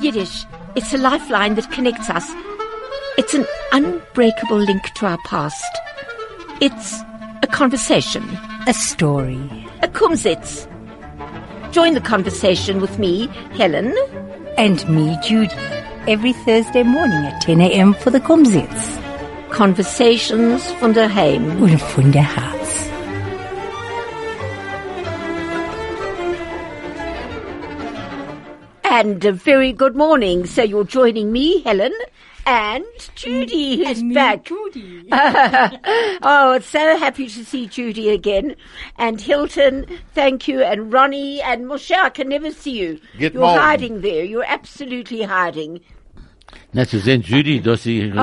Yiddish, it's a lifeline that connects us. It's an unbreakable link to our past. It's a conversation, A story. a kumsitz. Join the conversation with me, Helen, And me, Judy. Every Thursday morning at 10 a.m. for the Kumsitz. Conversations von der Heim. Und von der Harz. And a very good morning. So you're joining me, Helen, and Judy, who's back. Judy. Oh, it's so happy to see Judy again. And Hilton, thank you. And Ronnie and Moshe, I can never see you. Good You're morning. hiding there. You're absolutely hiding. Na, zu sehen, Judy, dass sie, ich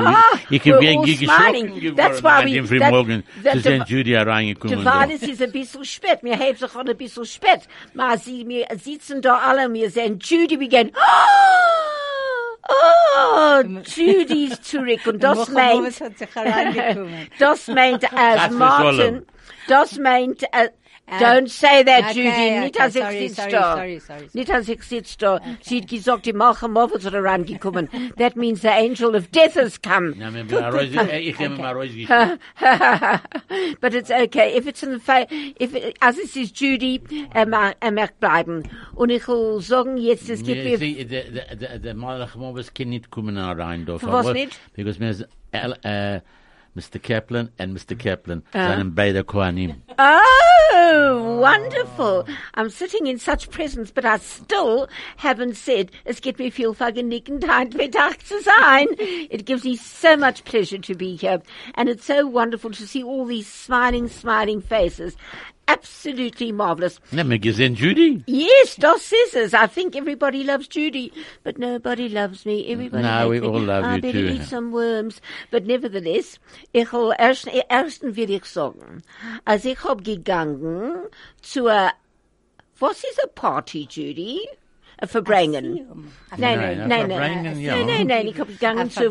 we're bin wegen all dir smiling. geschrocken Ah, That's geworden why an we- dem frühen that- Morgen. that Zu sehen, div- Judy hereingekommen. Der Wahl ist ein bisschen spät. Mir hebt sich schon ein bisschen spät. Aber sie, wir sitzen da alle, wir sehen Judy, wir gehen, oh, oh, Judy ist zurück. Und das meint, das meint, als Das ist Martin, Solem. das meint, äh, Ah. Don't say that, Okay, Judy. okay, nicht, als ich sorry, sitz sorry, da. sorry, sorry, sorry. Nicht, als ich sitz da. Sie hat gesagt, die Malcha Mowel sind herangekommen. That means the angel of death has come. Na, mir bin raus- äh, ich nehme mal rausgeschickt. but it's okay. If it's in the fa if it, as it is Judy, er mag, er mag bleiben. Und ich will sagen, jetzt, es gibt Mir- mir, sie- der- der- der- Der Malach Mobus kann nicht kommen herein. Für was nicht? Because mir ist, äh, äh, Mr. Kaplan and Mr. Kaplan seinen beide Kohanim. oh, wonderful. I'm sitting in such presence, but I still haven't said, es gibt mir viel Vergnügenheit, mit euch zu sein. It gives me so much pleasure to be here. And it's so wonderful to see all these smiling, smiling faces. Absolutely marvelous. Na, mir gesehen, Judy? Yes, Dos Scissors. I think everybody loves Judy, but nobody loves me. Everybody hates No, we me. all love I you better too, eat Hannah. some worms. But nevertheless, ich will erst, ersten will ich sagen, als ich hab gegangen zu a, was ist a party, Judy? A Verbringen. Nein, nein, Nein, nein, a nein. Verbringen, ja. Nein, nein, nein, ich hab gegangen A zu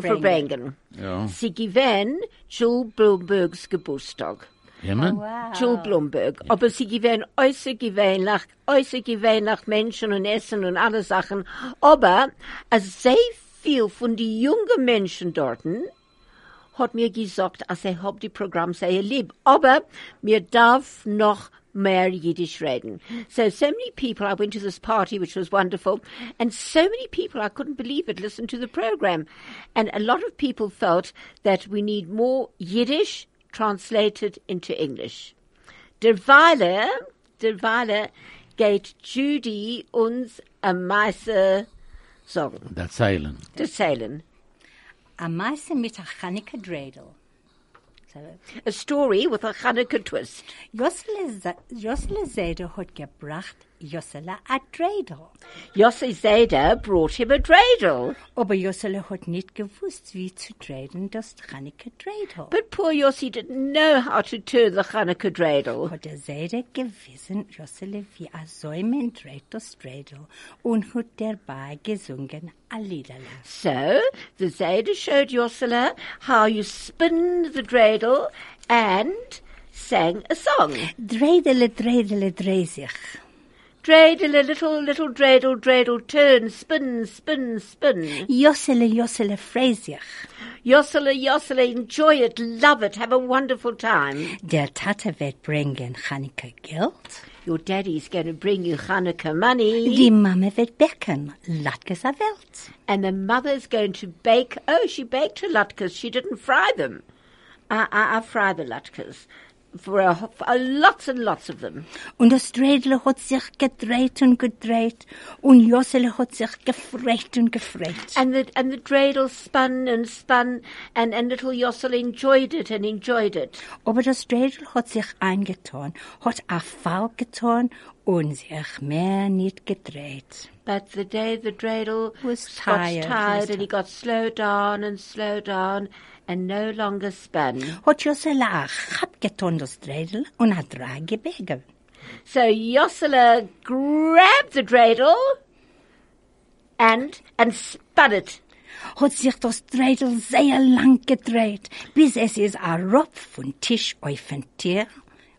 Verbringen. Verbringen. Ja. Sie gewähren Jules Blombergs Geburtstag. Oh, Jemand? Jules Blomberg. Aber sie gewähren äußergewöhnlich, äußergewöhnlich Menschen und Essen und alle Sachen. Aber als sehr viel von den jungen Menschen dorten hat mir gesagt, als er hab die Programm sei lieb. Aber mir darf noch mehr Yiddish reden. So, so many people, I went to this party, which was wonderful, and so many people, I couldn't believe it, listened to the program. And a lot of people felt that we need more Yiddish translated into English. Derweile, derweile geht Judy uns am meisten sagen, Das Zeilen. erzählen. Am meisten mit der Chanukah Dreidel. So, A story with a Hanukkah twist. Josle Sa- Josle Seder hat gebracht Josele a Dreidel. Yossi Zeder brought him a dreidel. Aber Josele hat nicht gewusst, wie zu drehen das Chanukah Dreidel. But poor Yossi didn't know how to turn the Hanukkah dreidel. hat der Seide gewissen, Jossele, wie er säumen dreht das Dreidel und hat dabei gesungen a Liederle. So the Zeder showed Yossela how you spin the dreidel and sang a song. Dreidele, Dreidele, dreh sich. Dreidel, a little, little dreidel, dreidel, turn, spin, spin, spin. Jossele, Jossele, freu sich. Yossela, Yossela, enjoy it, love it, have a wonderful time. Der Tate wird bringen Chanukah Geld, Your daddy's going to bring you Hanukkah money. die Mama wird becken, Latkes a Welt. and the mother's going to bake. Oh, she baked her latkes. She didn't fry them. I, I, I fry the latkes for, a, ho- for a- lots and lots of them. Und das Dreidel hat sich gedreht und gedreht und Jossele hat sich gefreut und gefreut. And the and the dreidel spun and spun, and, and little Yossel enjoyed it and enjoyed it. Aber das Dreidel hat sich eingetan, hat a Fall getan und sich mehr nicht gedreht. But the day the dreidel Was got tired, was tired and he got slow down and slow down and no longer spun. Hat Josela a Chab getan das Dreidel und a drei gebegen. So Yossela grabbed the dreidel and and spun it. Hat sich das Dreidel sehr lang gedreht, bis es ist a Ropf von Tisch auf den Tier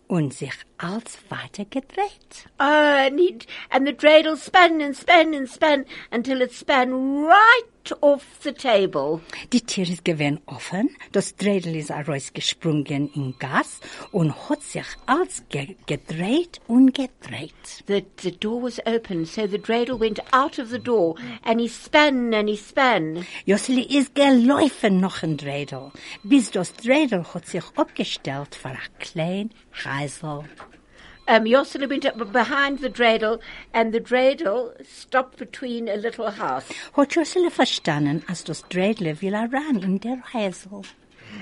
und sich als weitergedreht. Oh, and, he'd, and the dreidel span and span and span until it span right off the table. Die Tür ist gewesen offen, das Dreidel ist rausgesprungen in Gas und hat sich als ge gedreht und gedreht. The, the door was open, so the dreidel went out of the door and he span and he span. Josseli ist gelaufen noch ein Dreidel, bis das Dreidel hat sich abgestellt für ein kleines Kreisel. Um, Ursula went up behind the dreidel and the dreidel stopped between a little house. Hat Josseli verstanden, als das Dreidel will ran in der Kreisel.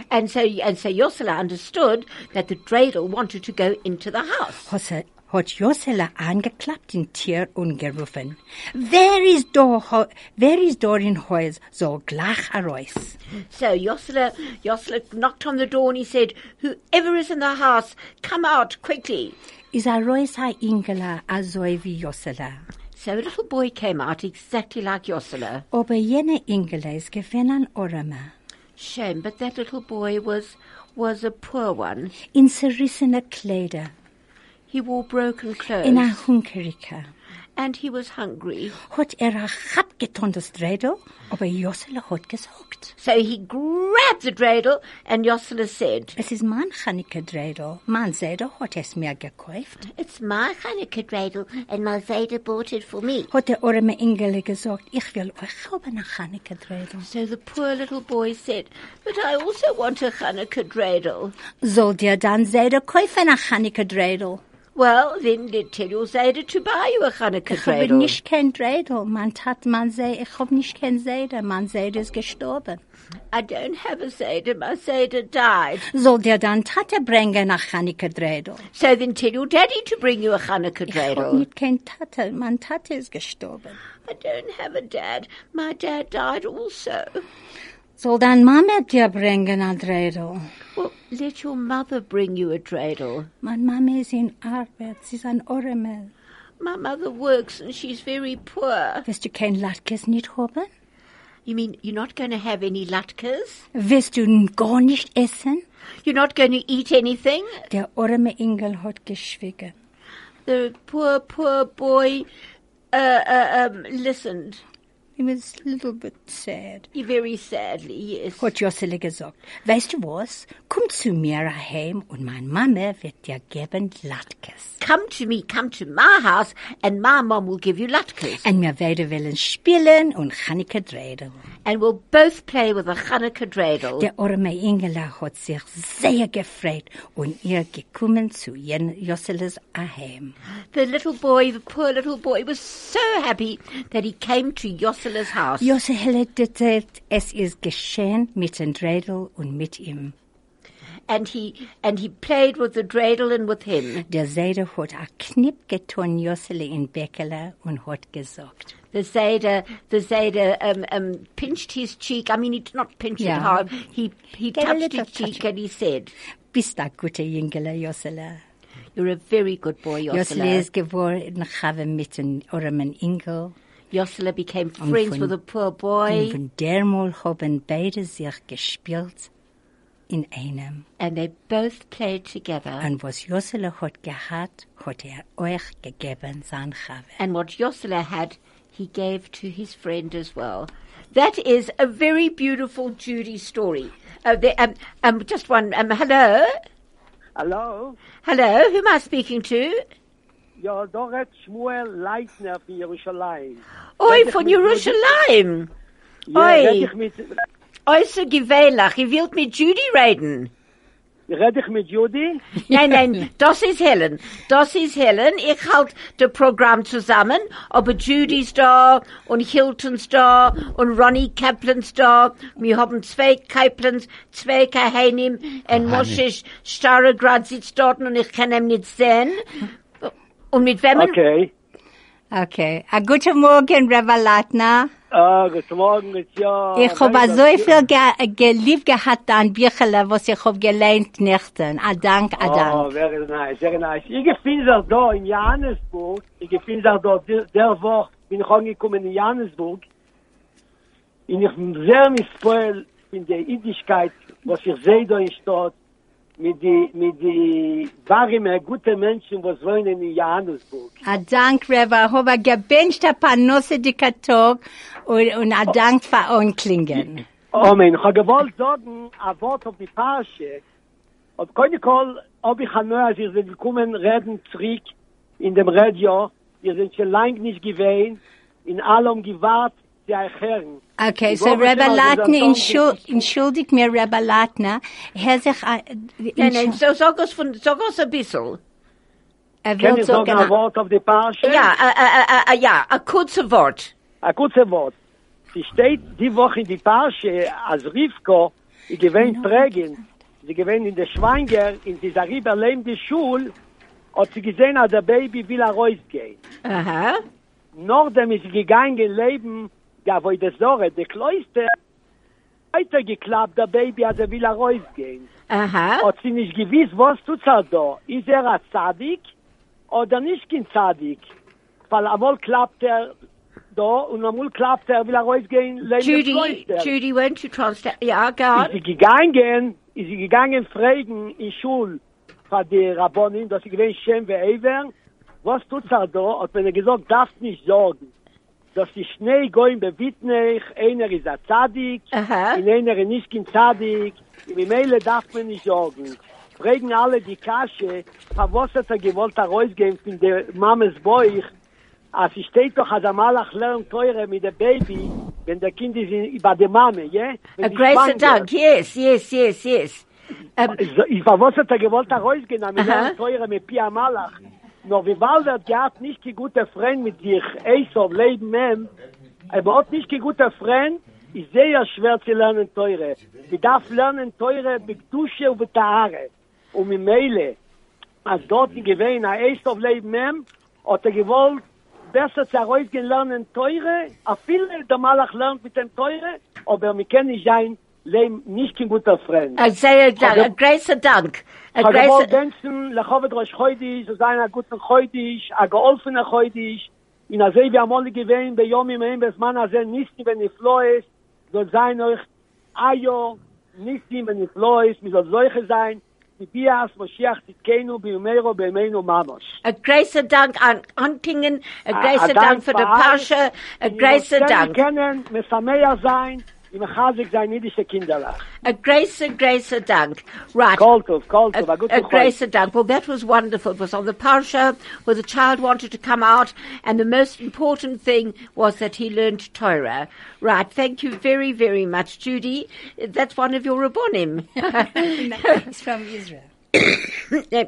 And so, and so Ursula understood that the dreidel wanted to go into the house. Hat sie- hat Jossela angeklappt in Tier und gerufen. Wer ist da, ho- wer ist da in Haus, soll gleich heraus. So Ursula, Ursula knocked on the door and he said, whoever is in the house, come out quickly. Is heraus a Ingela, also wie Jossela. So a little boy came out exactly like Ursula. Aber jene Ingela ist gewesen an Orama, Shame, but that little boy was, was a poor one. in zerrissene Kleider, He wore broken clothes in a Hunkerika. and he was hungry. Hat er a Chab getan das Dreidel, aber Jossela hat gesagt. So he grabbed the dreidel and Ursula said, Es ist mein Chanike Dreidel, mein Seder hat es mir gekauft. It's my Hanukkah dreidel and my Zeta bought it for me. hat der arme Engel gesagt, ich will euch haben ein Chanukah-Dreidel. So the poor little boy said, But I also want a Hanukkah dreidel. Soll dir dann Seide kaufen ein Chanukah-Dreidel? Well, then they tell your Zeta to buy you a Hanukkah Ich habe dreidel. nicht kein Dreidel. Man tat, man sei, ich habe nicht kein Seide. Man Seide ist gestorben. I don't have a Zeta, my Zeta died. Soll dir dann Tate bringen ein Chanukah-Dreidel? So then tell your daddy to bring you a Hanukkah Ich habe dreidel. nicht kein Tate. Man Tate ist gestorben. I don't have a dad. My dad died also. Soll dann Mama dir bringen ein Dreidel? Well, let your mother bring you a dreidel. Meine Mama ist in Arbeit. Sie ist ein Ormel. My mother works and she's very poor. Wirst du kein Latkes nicht haben? You mean you're not going to have any latkes? Wirst du gar nicht essen? You're not going to eat anything? Der arme Engel hat geschwiegen. The poor, poor boy uh, uh, um, listened He was a little bit sad. very sadly, yes. Hat Jossele gesagt, weißt du was? Komm zu mir heim und meine Mama wird dir geben Latkes. Come to me, come to my house, and my mom will give you latkes. Und wir werden wollen spielen und Chanukah dreidel. And we'll both play with a Hanukkah dreidel. Der arme Engel hat sich sehr gefreut und ihr gekommen zu Jen- Josseles heim. The little boy, the poor little boy, was so happy that he came to Yossela's house. Jossele erzählt, es ist geschehen mit dem Dreidel und mit ihm. and he and he played with the dreidel and with him. Der Seide hat a Knipp getan Jossele in Bekele und hat gesagt, The Zayda, the Zayda um, um, pinched his cheek. I mean, he did not pinch Yeah. it hard. He he Gave a touched little his cheek touch. and he said, bist a gute Jüngele, Jossele. "You're a very good boy, Jossele Yossela." ist geworden, habe mit dem armen Engel. Yossela became Und friends von- with a poor Und boy, von dermal haben beide sich gespielt in einem. and they both played together. Und was Jossele hat gehabt, hat er euch gegeben, sein Chave. And what Yossela had, he gave to his friend as well. That is a very beautiful Judy story. Oh, there, um, um, just one. Um, hello, Hallo, hello. Who am I speaking to? ja, da redt Schmuel Leitner von Jerusalem. Oi, Darf ich von mit- Jerusalem. Ja, Oi. red ich mit, Oi, so gewählach. Ihr wollt mit Judy reden. red ich mit Judy? Nein, nein, das ist Helen. Das ist Helen. Ich halt das Programm zusammen. Aber Judy's da und Hilton's da und Ronnie Kaplan's da. Wir haben zwei Kaplans, zwei Kahanim und Ah, Moshe Starograd sitzt dort und ich kann ihn nicht sehen. Und mit wem? Okay. Okay, a guten Morgen, Reva Latna. Ah, guten Morgen, ist ja. Ich habe so viel ge geliebt gehabt an Büchele, was ich habe gelernt nächten. A Dank, a Oh, Dank. very nice, very nice. Ich gefinde das da in Johannesburg. Ich gefinde das da der- der Woche. Bin ich angekommen in Johannesburg. Und ich bin sehr misspoil in der Idigkeit, was ich sehe da in Stadt. mit die, mit die wahren, äh, guten Menschen, was wohnen in Johannesburg. A dank Reva Hova gebenchte Panosse di Katok und, und a dank für Onklingen. Amen. Ich habe gewollt sagen, ein Wort auf die Parche. Und keine Kohl, ob ich an als ihr seid gekommen, reden zurück in dem Radio. Ihr seid schon lange nicht gewesen, in allem gewahrt, sie erhören. Okay, Ich so wollte Reba schon mal Latna, dieser entschul- Song- entschuldigt mir Reba Latna, er sich, äh, Nein, nein, entschul- so sag uns von, sag uns ein bisschen. er Kann will ich so sagen ein genau. Wort auf die Parche? Ja, äh, äh, äh, äh, ja, ein kurzes Wort. Ein kurzes Wort. Sie steht die Woche in die Parche, als Rivko, ich gewinnt prägen. Sie gewinnt in der Schwanger, in dieser Riberlebende Schule, hat sie gesehen, als der Baby will er rausgehen. Aha. Nachdem ist sie gegangen leben, ja, wo ich das sage, der Kloister, weitergeklappt, der Baby, als er will er rausgehen. Aha. Hat sie nicht gewiss, was tut er da? Ist er ein Zadig oder nicht kein Zadig? Weil einmal klappt er da und einmal klappt er, will er rausgehen, leben im Judy, Kloister. Judy, won't you translate? Ja, go Ist on. sie gegangen, ist sie gegangen fragen in Schul von der Rabbonin, dass sie gewinnt Shem und Ewer, was tut er da? Hat man ihr gesagt, darfst nicht sorgen. Dass die Schnee gehen bei Wittnech, einer ist ein Zadig, Aha. in einer ist nicht kein Zadig, im Meile darf man nicht sorgen. Fragen alle die Kasche, von was hat er gewollt, er rausgehen von der Mames Beuch, als ich steht doch, als er mal auch lernt teure mit dem Baby, wenn der Kind ist in, bei der Mame, ja? Wenn A sie grace schwanger. Doug, yes, yes, yes, yes. Um, Äh, So, Ich war was hat er gewollt da rausgehen, am Aha. Lernen teure mit Pia Malach. No, wie bald hat gehabt nicht die gute Freund mit sich, Eis auf Leben mem, aber auch nicht die gute Freund, ist sehr schwer zu lernen teure. Sie darf lernen teure mit Dusche und mit Haare und mit Meile. Als dort die gewähne, Eis auf Leben mem, hat er gewollt, besser zu rausgehen lernen teure, a viel der Malach lernt mit dem teure, aber wir können nicht sein, Leben nicht kein guter Freund. a sehr Dank, a grace Dank. A Ich habe gewollt grace, denken, lechoved Rosh Chodesh, zu sein ein guter Chodesh, ein geholfener Chodesh, in der See wie amol gewesen, bei Yom Imeim, bis man a See nisti, wenn ich floh ist, soll sein euch Ayo, nisti, wenn ich floh ist, mir soll solche sein, die Bias, Moschiach, Titkenu, Biumero, Beimenu, Mamosh. a grace Dank an Antingen, a A- grace a Dank dank für de für alles. Pasche, a grace Dank. kennen, Mesameya sein, im Chazik sein jüdische Kinderlach. A grace, grace Dank. Right. Koltov, Koltov, a a, guter a grace Chodesh. and dunk. Well, that was wonderful. It was on the parsha where the child wanted to come out, and the most important thing was that he learned Torah. Right. Thank you very, very much, Judy. That's one of your rabbonim. It's from Israel. Hm,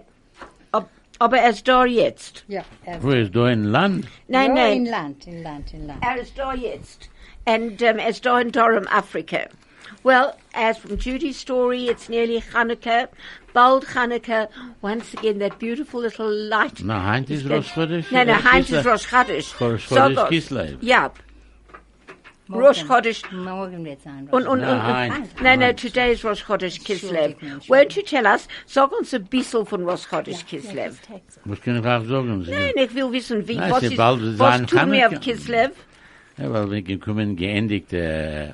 Ob- Aber es da jetzt. Ja, er- Wo ist da ein Land? ja, Nein, in nein. Land, in Land, in Land. Er ist da jetzt. And um, as da in Durham, Africa. Well, as from Judy's story, it's nearly Hanukkah, bald Hanukkah. Once again, that beautiful little light. Na, Heinz ist Nou, Rosh Chodesh. No, no, Rosh Heinz is Rosh Kislev. Chodesh. Rosh Sag Chodesh uns. Kislev. Yeah. Morgen. Rosh Chodesh. Morgen wird sein. Und, und, und, Nein. und, nein, nein, today is Rosh Chodesh Kislev. Entschuldigt mich, Entschuldigung. Won't you tell us, sag uns ein bisschen von Rosh Chodesh Kislev. Was kann ich auch sagen? Sie- Nein, ich will wissen, wie, Nein, was sie ist, bald was sein tun wir auf Hanukkah. Kislev? Ja, weil wir gekommen, geendigt äh,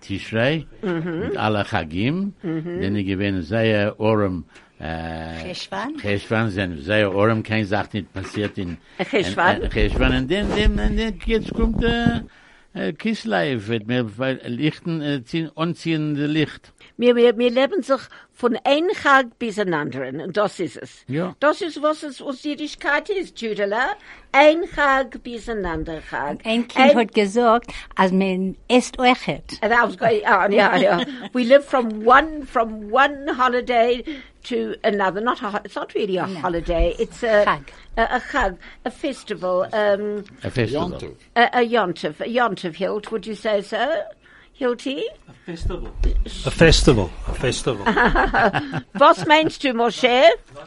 Tischrei Mhm. mit aller Chagim, denn ich gewinne sehr Orem. Äh, Cheshvan? Cheshvan sind sehr Orem, kein Sach nicht passiert in Cheshvan? in- äh, Cheshvan. Und dann, dann, dann, dann, jetzt kommt äh, äh, Kisleif, wird mir weil Lichten, äh, ziehen, anziehende Licht. Wir, wir, wir leben sich von einem Tag bis zum anderen. Und das ist es. Ja. Das ist, was es aus Jüdischkeit ist, Jüdela. Ein Tag bis ein anderer Tag. Ein Kind hat gesagt, als man esst euch hat. And that was going on, yeah, yeah. We live from one from one holiday to another. Not a, ho- it's not really a holiday. It's a Chag. a, a chag, a festival, um, A festival. Yontov. a, a yontif, a yontif hilt. Would you say so, Hilti? Festival. A festival. A festival. Uh-huh. Was meinst du, Moshe?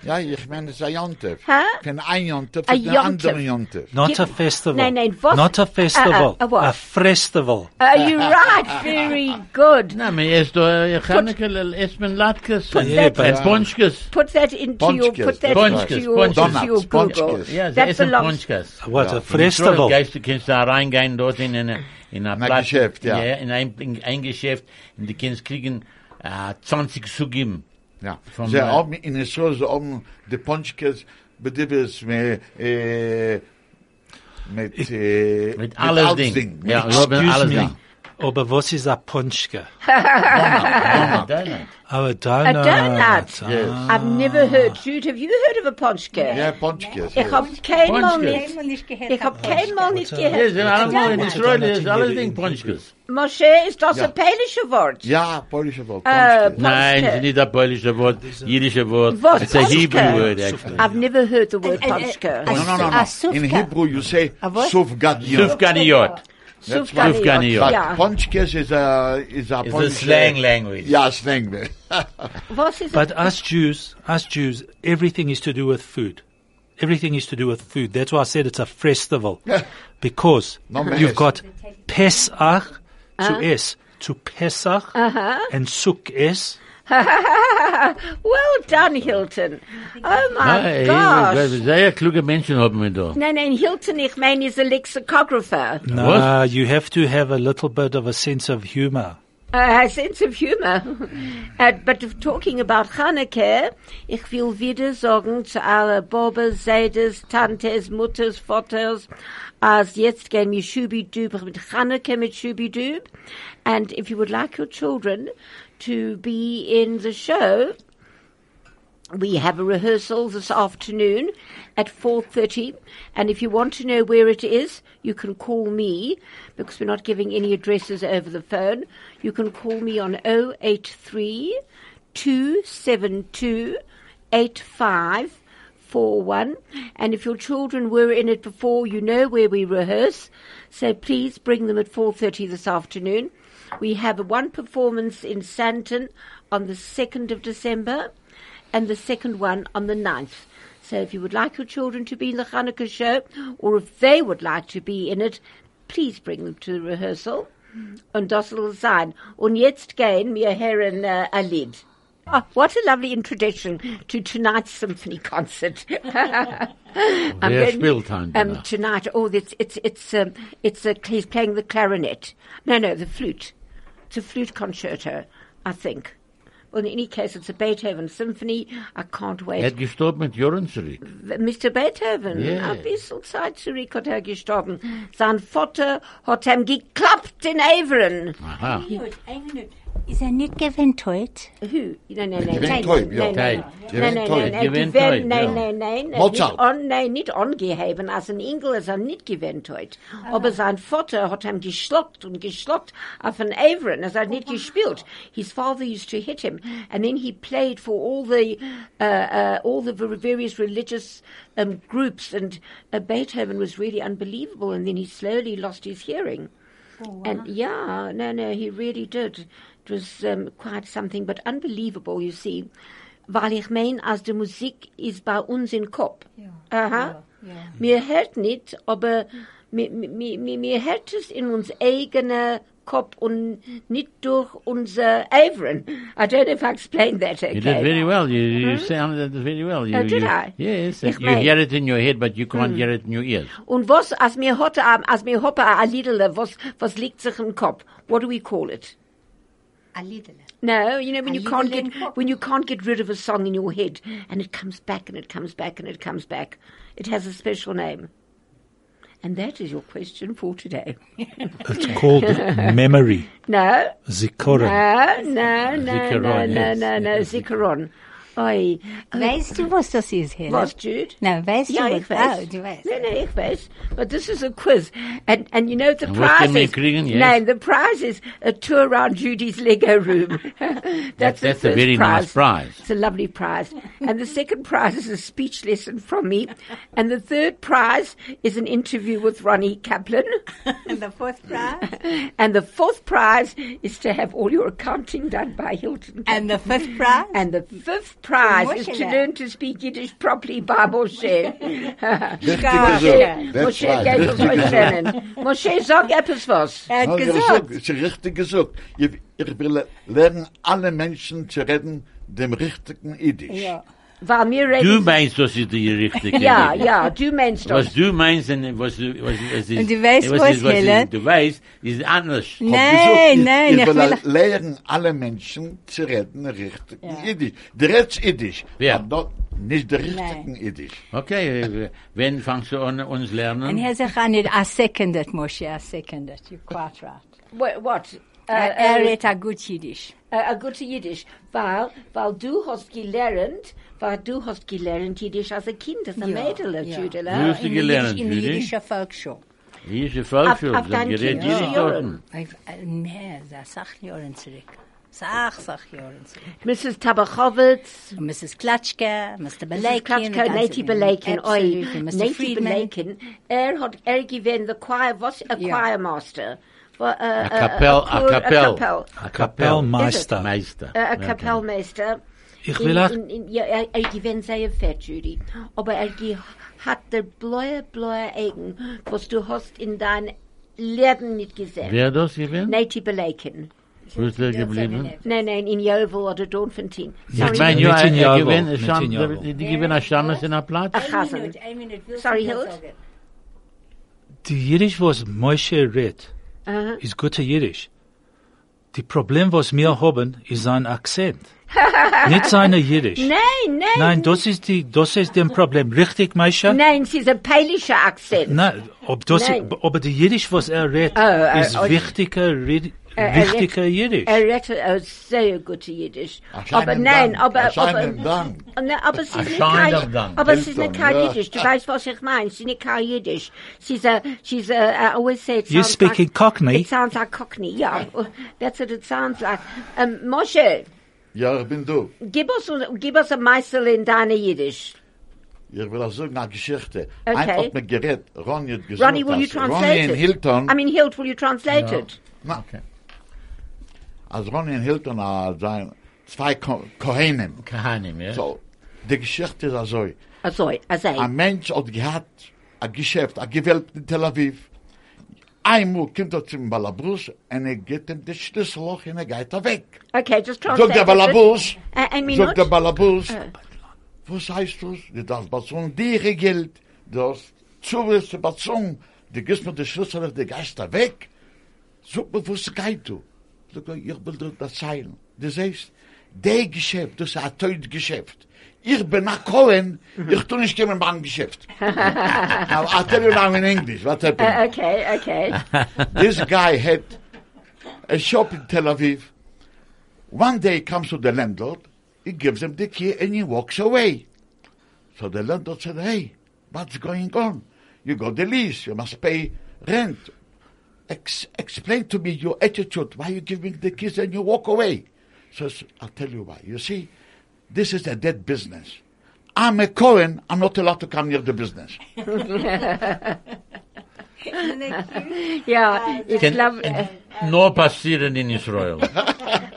Ja, ich meine, es ist ein Jontef. Hä? Von einem Jontef Ein zu einem Jontef. anderen Jontef. Not Give- a festival. Nein, nein, was- Not a- a a- festival. Uh, a what? festival. Uh, you're right. Very good. Na, mir erst da Chanukah, erst mit Latkes, Äh, und Ja, bei- und Ponschkes. Put that into your. Ponchkes, Put that Ponchkes, into your, into Ponchkes. your Google. Ponchkes. Ja, sie that essen belongs. Ponschkes. What a In Detroit festival. Gehst du kannst da reingehen dort in eine, in ein ein Geschäft, ja. in ein, in ein Geschäft, und du kannst kriegen, äh, 20 zu geben. Ja. Van Ze mij. hebben in Israël, ze hebben de ponchkes bedibbers met, eh, met, eh, Mit alles alles Ding. Ding. Ja, Mit- ich habe Excuse alles me. Ding. Aber was ist ein Punschke? Ah, Donut. Aber Donut. donut. Ah. Yes. I've never heard. Jude, have you heard of a ponchke? Ja, ponchkes. Ich hab keinmal nicht. Ich hab keinmal nicht Yes, gehört. in allemal in Donut. Israel is Donut. alles Ding Punchkes. Moshe, ist das Ja. ein peilische Wort? Ja, polnische Wort. Äh, Ponchkes. Nein, es ist nicht ein polnische Wort, jüdische Wort. Was, It's a Ponchke? Hebrew word, actually. I've never heard the word Äh, äh, äh, ponchke. äh, No, no, no, Ah, no. sufka. In Hebrew you say what? sufgadiyot. Sufganiyot. That's Sufganiyot, Sufganiyot. But ja. ponchkes is a, is a It's a ponchke- slang language. Ja, slang. Was ist But us Jews, us Jews, everything is to do with food. Everything is to do with food. That's why I said it's a festival. because No mess. you've got Pesach to Uh-huh. es, to Pesach and Suk es. Well done, Hilton. Oh my gosh. Sehr kluge Menschen haben wir da. Nein, nein, Hilton, ich meine, ist ein Lexicographer. No, What? you have to have a little bit of a sense of humor. Uh, a sense of humor. uh, but if talking about Hanukkah, ich will wieder sagen zu alle Bobes, Seides, Tantes, Mutters, Vaters, als jetzt gehen wir Schubidub mit Hanukkah mit Schubidub. And if you would like your children to be in the show, we have a rehearsal this afternoon at 4.30 and if you want to know where it is you can call me because we're not giving any addresses over the phone you can call me on 083 272 8541 and if your children were in it before you know where we rehearse so please bring them at 4.30 this afternoon we have one performance in santon on the 2nd of december and the second one on the 9th. So if you would like your children to be in the Hanukkah show, or if they would like to be in it, please bring them to the rehearsal. Und das will sein. Und jetzt gehen wir hören äh, ein Lied. Ah, what a lovely introduction to tonight's symphony concert. I'm going- Wer spielt dann um, danach? tonight? Oh, it's it's it's um, it's a, he's playing the clarinet. No, no, the flute. It's a flute concerto, I think. Well, in any case, it's a Beethoven symphony. I can't wait. Er hat gestorben mit Jahren zurück. Mr. Beethoven, Yes. ein bisschen Zeit zurück hat er gestorben. Sein Vater hat ihm geklappt in Avon. Aha. Is er nicht gewinnt heute? Who? Nein, nein, nein. Gewinnt Teub, ja. Nein, nein, Gewinnt Teub. nein. Nein, nein, Gewinnt nein. Teub, Nein, ja. nein, nein. Mozart. Nicht an- Nein, nicht angeheben. Als ein Engel ist er nicht gewinnt heute. Aber sein Vater hat ihm geschlockt und geschlockt auf den Avon. Er hat nicht gespielt. His father used to hit him. And then he played for all the, uh, uh, all the ver- various religious um, groups. And uh, Beethoven was really unbelievable. And then he slowly lost his hearing. And yeah, no, no, he really did. It was um, quite something, but unbelievable, you see. Weil ich mein, als die Musik ist bei uns im Kopf. Aha. Mir hört nicht, aber mir, mir, mir, mir hört es in uns eigenen Kopf und nicht durch unser Avron. I don't know if I explained that okay. Mm-hmm. You did very well. You, you sounded that very well. You, Oh, did you- I? Mm. Yes. Ich you mein- hear it in your head, but you can't hear it in your ears. Und was, als mir hotte, am- als mir hoppe a Liedele, was, was liegt sich im Kopf? What do we call it? A little. No, you know when A you can't little get import- when you can't get rid of a song in your head and it comes back and it comes back and it comes back. It has a special name. And that is your question for today. It's called memory. No, Zikoron. no, no, no, no, no, Zikaron, yes. no, no, Zikaron. Oi, Weißt du, was das ist, Helen? was, Jude? Na, weißt Ja, du, ich was? weiß. Oh, du weißt. No, no, ich weiß. But this is a quiz. And, and you know the And what prize can we is... kriegen, yes? No, the prize is a tour around Judy's Lego room. that's the that's a first very nice prize. It's a lovely prize. and the second prize is a speech lesson from me. And the third prize is an interview with Ronnie Kaplan. And the fourth prize? And the fourth prize is to have all your accounting done by Hilton. And the fifth prize? And the fifth prize is to Moshe. learn to speak Yiddish properly by Moshe. Richtige Moshe, Sucht. That's Moshe, right. geh uns euch lernen. Moshe, sag etwas was. er No, hat ihr gesagt. sucht, ist richtig gesucht. Ich, ich will lernen, alle Menschen zu reden, dem richtigen Jiddisch. Ja. Weil mir Du reden... meinst, das ist die richtige ja, Regel. ja, du meinst das. Was du meinst und was du... Was, was ist, Und du weißt, was was, ist, was Helen? eh? ist, du weißt, ist anders. Mm. Nein, nein, ich ich will... will lehren alle Menschen zu reden richtig Jiddisch. Der redt Jiddisch, Ja. aber not, nicht der richtigen Jiddisch. Okay, äh, wenn fangst du an, uns And lernen? here's a hundred. I second that, Moshe. I second that. You're quite right. Wha- What? Äh, I äh, read a good Yiddish. a gute Jiddisch, weil, weil du hast gelernt, weil du hast gelernt Jiddisch als ein Kind, als ein Ja, Mädel, ja. Jüdele. Du hast In gelernt, Yiddish- in Judy? Yiddish Volksschule. Hier ist die Auf- Volksschule, auf das dein gerät Kind, jeder ja. Dorten. Ich- äh, Nee, das sag Jahren zurück. Sag, sag Jahren zurück. Mrs. Tabachowitz, Und Mrs. Klatschke, Mr. Mrs. Belekin. Kratschka, Nati Belakin, oi, Absolutely. Mr. Nati Friedman. Belakin, er hat, er gewinnt, the choir, was, a Ja. choir master. Wa- äh, A äh, Kapell, a Chor- Kapell. A Kapellmeister. Meister. Äh, ein Kapellmeister. Ich will auch- In, in, in, ja, er, er gewinnt sehr fett, Judy. Aber er ge, hat der blaue, blaue Augen, was du hast in dein Leben nicht gesehen. Wer das gewinnt? Native Belaken. Wo ist der geblieben? Nein, nein, in Jovel oder Dornfontein. Ich Sorry, meine, ja, Mit in er Jago, gewinnt, er mit stand- in Jago. die gewinnt ein Schammes in der Platz. Ach, Hasen. Ein Minute, ein Minute. Sorry, Hild? The Yiddish was Moshe read. Aha. Is gute Yiddish. The Problem was mir haben is sein Akzent. Nicht seine Yiddish. Nein, nein. Nein, das ist die, das ist dem Problem. Richtig, Meisha? Nein, sie ist ein peilischer Akzent. Nein, ob das, Nein. aber die Jiddisch, was er redet, äh, ist äh, wichtiger, red, er redet- wichtiger Jiddisch. Er redet ein sehr gutes Jiddisch. Aber Erscheinen nein, Dank, aber... erscheinen aber Dank. Na, aber es ist nicht Erscheinen kein, Dank. aber es ist nicht Hilton, kein ja. Jiddisch. Du weißt, was ich meine. Es ist nicht kein Jiddisch. She's a, she's a, I always say it You sounds speak like, in Cockney? It sounds like Cockney, yeah. That's what it sounds like. Um, Moshe, Ja, ich bin du. gib uns, gib uns ein Meister in deine Jiddisch. Ich will auch sagen eine Geschichte. Okay. Ein hat mir gerät, Ronny hat gesagt, Ronnie, will you dass translate Ronny it? in Hilton, I mean, Hilt, will you translate Ja. it? na, als Ronny in Hilton ah, sein, zwei Ko- Kohenim. Kahanim, ja? So, die Geschichte ist also, Also, also, ein Mensch hat gehabt, ein Geschäft, ein Gewölbt in Tel Aviv. Einmal kommt er zum Balabus und er gibt ihm das Schlüsselloch und er geht er weg. okay, just translate Sagt der Balabus, Äh, Ein- ein Minut. Äh. sagt der Balabus, was heißt das? Du darfst Batzon dir Geld, du darfst Zubris zu Batzon, du gibst mir das Schlüsselloch, der geht er weg. Sag mir, was geht du? Sag mir, ich will dir das zeigen. Du siehst, der Geschäft, das ist ein teures Geschäft. Ich bin nach Kohen, ich tue nicht kommen beim Geschäft. Now, I'll tell you now in English, what happened. Uh, okay, okay. this guy had a shop in Tel Aviv. One day he comes to the landlord, he gives him the key and he walks away. So the landlord said, Hey, what's going on? You got the lease, you must pay rent. Ex- explain to me your attitude, why you give me the keys and you walk away. Says, I'll tell you why. You see, this is a dead business. I'm a Cohen, I'm not allowed to come near the business. Yeah, it's Can- lovely. Nur passieren in Israel.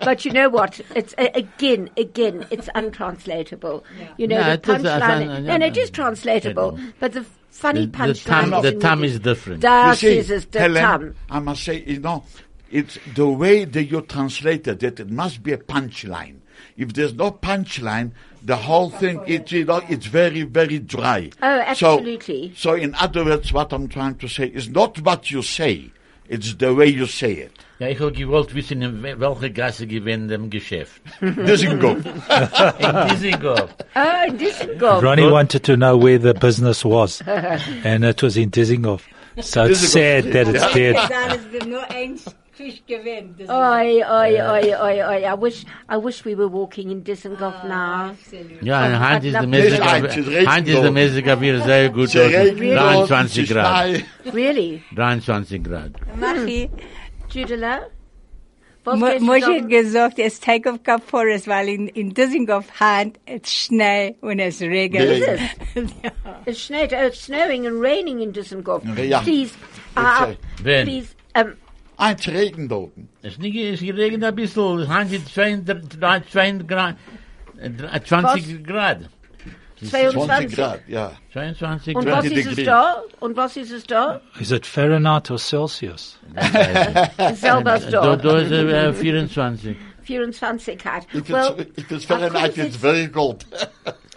But you know what? It's a- again, again, it's untranslatable. You know, No, the it is- I punchline. find- no, no, it is yeah. translatable. But the funny The- the tam- punchline. the tam is different. You That see, is is the Helen, tam. I must say, you know, it's the way that you translated it. It must be a punchline. If there's no punchline, the whole thing, it, you know, it's very, very dry. Oh, So- absolutely. So, in other words, what I'm trying to say is not what you say, it's the way you say it. Ja, ich habe gewollt wissen, in wel- welche Gasse gewinnt dem Geschäft. This is good. In Düsseldorf. Oh, in this go. Ronnie wanted to know where the business was, and it was in Dizengoff. So it's sad that it's dead. Oh. Oi, oi, oi, oi, oi. I wish, I wish we were walking in Dizengoff now. Ja, in Hand ist der Nicht eins, es regnet Messiger, Hand ist der doch. Messiger wieder sehr gut. The dort. rain blows, 23 it's Grad. nice. Really, 23 Grad. Machi, Judela? Mo- Moshe hat gesagt, es Tag auf Kapores, weil in, in Düsseldorf Hand es Schnee und es regnet. Regen. It's, snow, oh, it's snowing and raining in Dizengoff. Ja. Please, uh, Okay. Wen? please. Um, Eins Regen dort. Es ist nicht, es regnet ein bisschen. Hand ist 22 Grad. äh, 20 Grad. 20 22 Grad, ja. 22 Und Grad. was ist es Degree. da? Und was ist es da? Is it Fahrenheit or Celsius? Selber ist Da, da. er, da ist äh, 24. 24 hat. It is, Well, it is I very come nice. It's sitz- very good.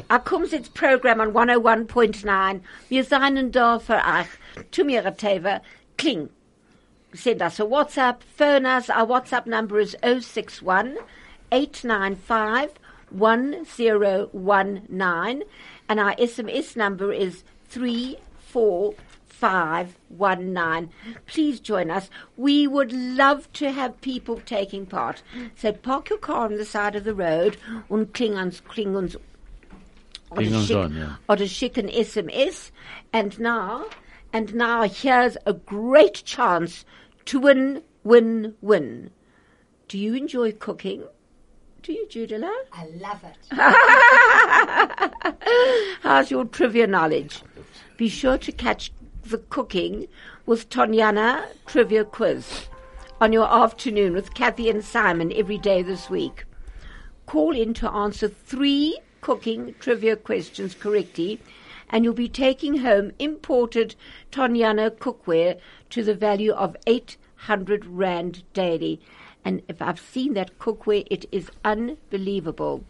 I come sitz program on 101.9. Wir seien da für euch. Tu mir a Teva. Kling. Send us a WhatsApp. Phone us. Our WhatsApp number is 061 895 1019. And our SMS number is 34519. Please join us. We would love to have people taking part. So park your car on the side of the road und kling uns, kling uns Kling Oder uns schick- an, ja. Oder schicken SMS. And now, and now here's a great chance to win, win, win. Do you enjoy cooking? Do you, Judela? I love it. How's your trivia knowledge? Be sure to catch the cooking with Tonyana Trivia Quiz on your afternoon with Kathy and Simon every day this week. Call in to answer three cooking trivia questions correctly, and you'll be taking home imported Tonyana cookware to the value of 800 Rand daily. And if I've seen that cookware, it is unbelievable.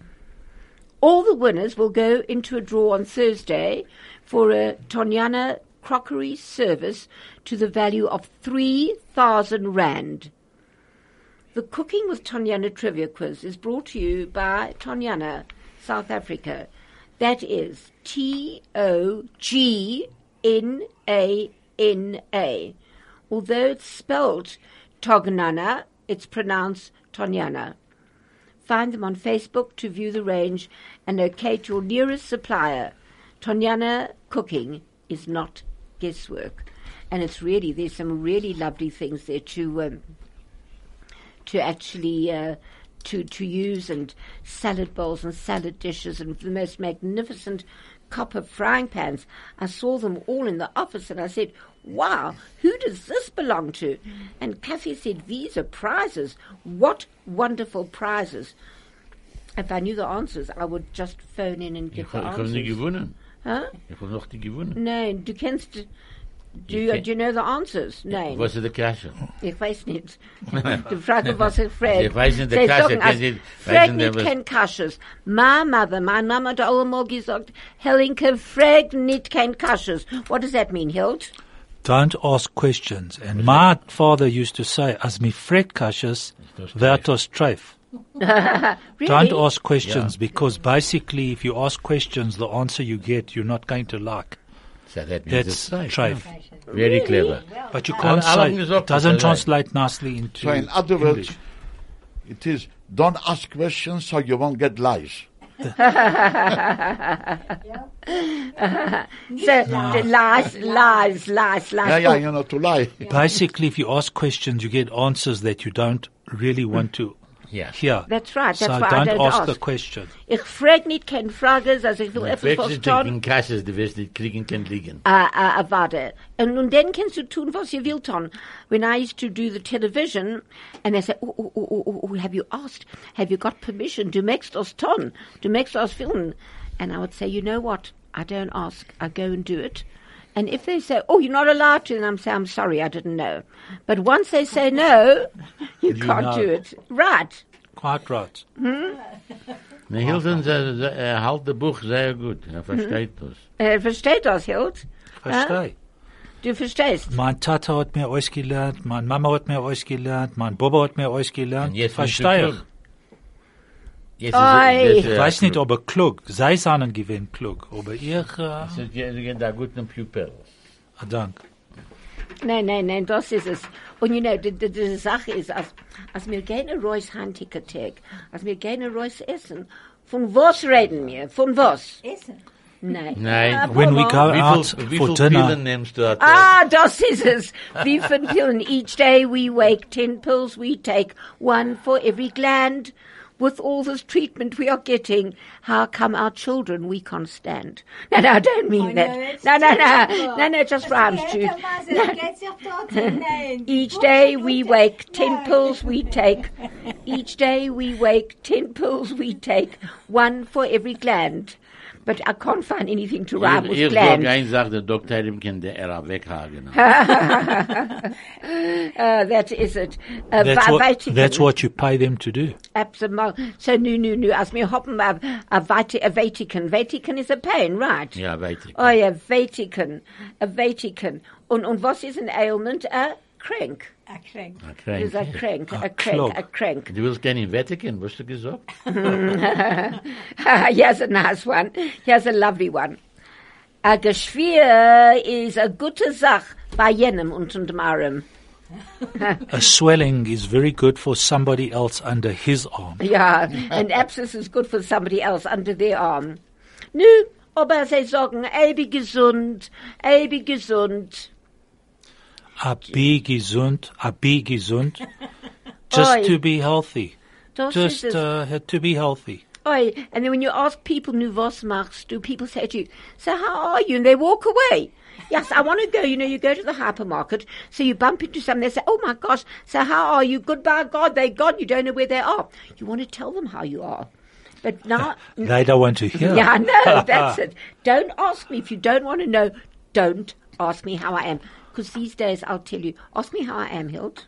All the winners will go into a draw on Thursday for a Tonyana crockery service to the value of 3,000 Rand. The Cooking with Tonyana Trivia Quiz is brought to you by Tonyana, South Africa. That is T O G N A N A. Although it's spelled Tognana, it's pronounced Tonyana. Find them on Facebook to view the range and locate your nearest supplier. Tonyana Cooking is not guesswork. And it's really, there's some really lovely things there to, um, to actually, uh, to, to use and salad bowls and salad dishes and the most magnificent copper frying pans. I saw them all in the office and I said, wow, who does this belong to? And Kathy said, these are prizes. What wonderful prizes. If I knew the answers, I would just phone in and Ich give the habe nicht answers. gewonnen. Huh? Ich habe noch nicht gewonnen. No, du kennst, do Ich you, kenn- do you know the answers? Nein, Was ist die Kasse? ich weiß nicht. Die Frage was ich frage. Ich weiß nicht, der Sie Kasche sagen kennt als, nicht- weiß Frag nicht, nicht was- kein Kasches. My mother, my mama hat allemal gesagt, Helinke, frag nicht kein Kasches. What does that mean, Hilt? Don't ask questions. And my father used to say, as me fret kashas, that was treif. Really? Don't ask questions because basically if you ask questions, the answer you get, you're not going to like. So that means That's it's safe. treif. dus Very clever. But you Alle- can't alle haben say, gesagt, it doesn't das sei. translate nicely into so in other words, it is don't ask questions so you won't get lies. So, the lies, lies, lies, lies. Yeah, yeah, you know, to lie. Basically, if you ask questions, you get answers that you don't really want to Mm. Yeah. hear. That's right, so that's why I don't don't ask, ask. the question. Ich frag nicht kein Frages, also ich will etwas Wechseln verstanden. in Kasses, die wirst nicht kriegen, kein Liegen. uh, uh, uh, warte. And, und dann kannst du tun, was ihr wilt tun. When I used to do the television, and they say, oh, oh, oh, oh, oh, oh, have you asked, have you got permission? Du möchtest das tun? Du möchtest das filmen? And I would say, you know what? I don't ask. I go and do it. And if they say, oh, you're not allowed to, then I'm saying, I'm sorry, I didn't know. But once they say no, you, can't know. do it. Right. Quite right. Na, Hilton, eh, ze- ze- er hält das Buch sehr gut. Er versteht das. Äh, versteht das, Hild? Verstehe. Du verstehst? Mein Tata hat mir alles gelernt, mein Mama hat mir alles gelernt, mein Baba hat mir alles gelernt. Und jetzt Verstehe bist ich. du klug. Jetzt Ei. ist- jetzt ist Ich er weiß nicht, klug. ob er klug, sei seinen gewinnt klug, aber ich, äh, Sie gehen da gut in Pupil. dank. Nein, nein, nein, das ist es. Und you know, die, die, die Sache ist, als, als wir gerne Reus Handticket als wir gerne Reus essen, von was reden wir? Von was? Essen. Nein. Nein. Ah, When we go Papa. out Wie viel, wie for viel dinner, Pillen nimmst du? Ah. Ah, das ist es. Wie viele Pillen? Each day we wake, ten pills we take, one for every gland. With all this treatment we are getting, how come our children we can't stand? No, no, I don't mean I know, that. it's No, no, no, terrible. no, no, just rhymes, Jude. Each Each day we wake, ten pills we take. Each day we wake, ten pills we take, one for every gland. but I can't find anything to write Ich with sage plans. eine Sache, der Doktor ihm kann der Ära weghagen. Uh, that is it. Uh, That's wa- what, wait a that's minute. what you pay them to do. Absolut. So, no, no, no. As we hoppen a, a, Vati- a Vatican. Vatican is a pain, right? Ja, weiter. Oh, yeah, Vatican. A Vatican. Und, und was is an ailment? A crank. Okay. Okay. Is a crank, a, A crank, clog. a crank. Du willst gerne in Vatikan, was du gesagt? Here's a nice one. Here's a lovely one. A Geschwier is a gute Sache bei jenem und dem Arm. A swelling is very good for somebody else under his arm. Ja, an abscess is good for somebody else under their arm. Nö, aber sie sagen, ey, wie gesund, ey, wie gesund. A be gesund, a be gesund. Just Oi. to be healthy. Das Just ist es. uh, to be healthy. Oi, and then when you ask people, nu was machst du, people say to you, so how are you? And they walk away. Yes, I want to go. You know, you go to the hypermarket, so you bump into someone, they say, oh my gosh, so how are you? Goodbye, God, they gone, you don't know where they are. You want to tell them how you are. But now, They don't want to hear. Mm. yeah, I know, that's it. Don't ask me if you don't want to know, don't ask me how I am. Because these days I'll tell you, ask me how I am, Hild.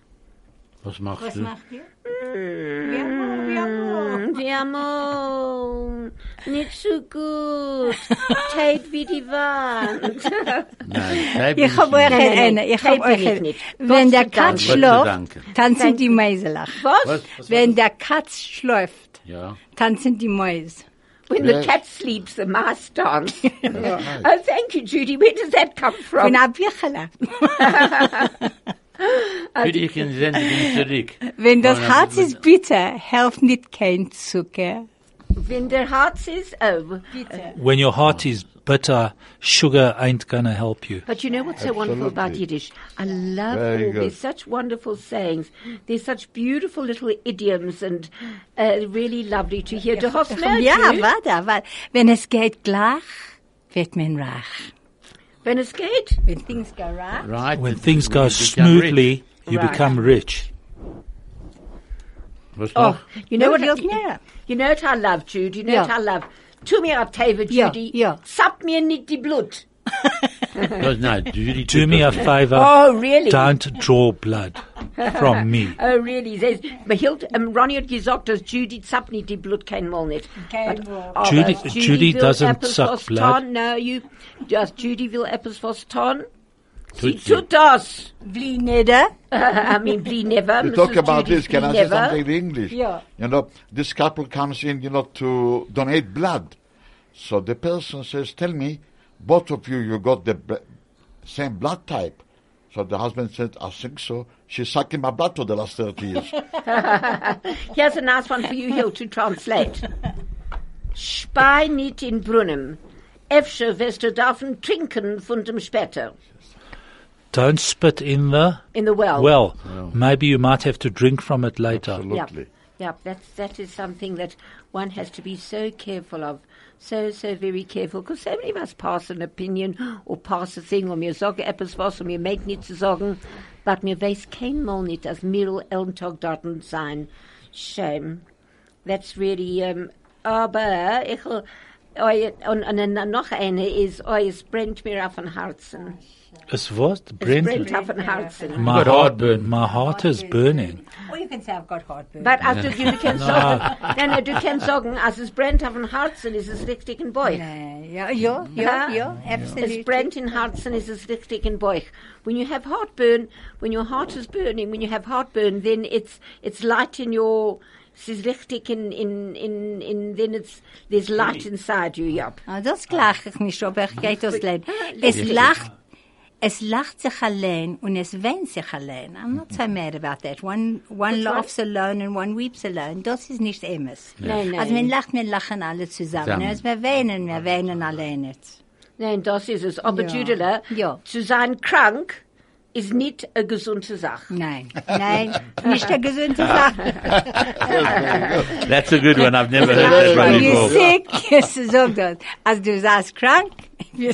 Was machst Was du? macht ihr? Wir haben- wir haben- Wir haben nicht so gut. Tate wie die Wand. Nein, bleib Ich hab euch nicht. eine, ich hab Tape euch will ich eine. nicht. Gott Wenn sei der Katz Dank. Gott sei schläft, Dank. tanzen die Mäuse lach. Was? Was? was Wenn der Katz schläft, Ja. tanzen die Mäuse. When the cat sleeps, the mice dance. oh, thank you, Judy. Where does that come from? Wenn ein Bücherle, Uh, Würde ich in Sendung zurück. wenn das Oder- Herz ist bitter, hilft nicht kein Zucker. When the heart is oh. When your heart is bitter, sugar ain't gonna help you. But you know what's so wonderful about Absolutely. Yiddish? I love Very all good. these such wonderful sayings. There's such beautiful little idioms and uh, really lovely to hear. Du hast mehr, Eh, Ja, Jude? warte, warte. Wenn es geht gleich, wird man reich. Wenn es geht. When things go right, Right. When things go You become rich. smoothly, you Right. become rich. Was Oh, noch? you know No, what? it feels nearer. You know what I love, Jude. You know Yeah. what I love. Tu mir a Tave, Yeah, Judy. yeah. Zap mir nicht die Blut. Das, nein, Judy tut Do me a das nicht. favor. Oh, really? Don't draw blood from me. Oh, really? There's, but Hild, um, Ronnie hat gesagt, dass Judy zappt nicht die Blut kein Mal nicht. Kein But- Mal. aber Judy- Judy will doesn't etwas suck was blood. tun. No, you, just Judy will etwas was tun. Sie Tut sie. tut das. blie nieder. I mean, please never. You Mrs. talk about Judy, this. Can I please say something in English? Yeah. You know, this couple comes in, you know, to donate blood. So the person says, "Tell me, both of you, you got the b- same blood type." So the husband said, "I think so." She's sucking my blood for the last thirty years. Here's a nice one for you, Hill, to translate. Spei nicht in Brunnen. Efsche wirst du davon trinken von dem Später. Don't spit in the In the well. well. Maybe you might have to drink from it later. Yeah. Absolutely. Yeah, that's, that is something that one has to be so careful of. So, so very careful. Because so many of us pass an opinion or pass a thing or mir sage etwas was und mir meint nicht zu sagen. But mir weiß kein Mal nicht, als mir all elm Tag dorten sein. Shame. That's really, um, aber ich will, oi, und, und, dann noch eine ist, oi, es brennt mir auf den Herzen. It's what? Es Brent? brennt auf den Herzen. My Got heart, heartburn. my heart is burning. Or you can say I've got heartburn. But also, du, du kannst sagen, nein, nein, du kannst sagen, als es brennt auf den Herzen, ist es richtig ein Beuch. Nee, ja, ja, ja, ja, absolutely. It's Brent in Herzen is as richtig in Boich. When you have heartburn, when your heart is burning, when you have heartburn, then it's it's light in your es ist richtig in in in in then it's there's light inside you. Yep. Ah, das lache ich nicht, aber ich gehe das Leben. Es lacht, es lacht sich allein und es weint sich allein. I'm not so mad about that. One, one laughs alone and one weeps alone. Das ist nicht Emmes. Nein, nein. Also man lacht, man lachen alle zusammen. Zusammen. Also wir weinen, wir weinen allein nicht. Nein, das ist es. Aber Ja. Judela, Ja. zu sein krank is nicht eine gesunde Sache. Nein, nein, nicht eine gesunde Sache. That's a good one. I've never heard that one You're before. sick, yes, so das. Als du sagst krank,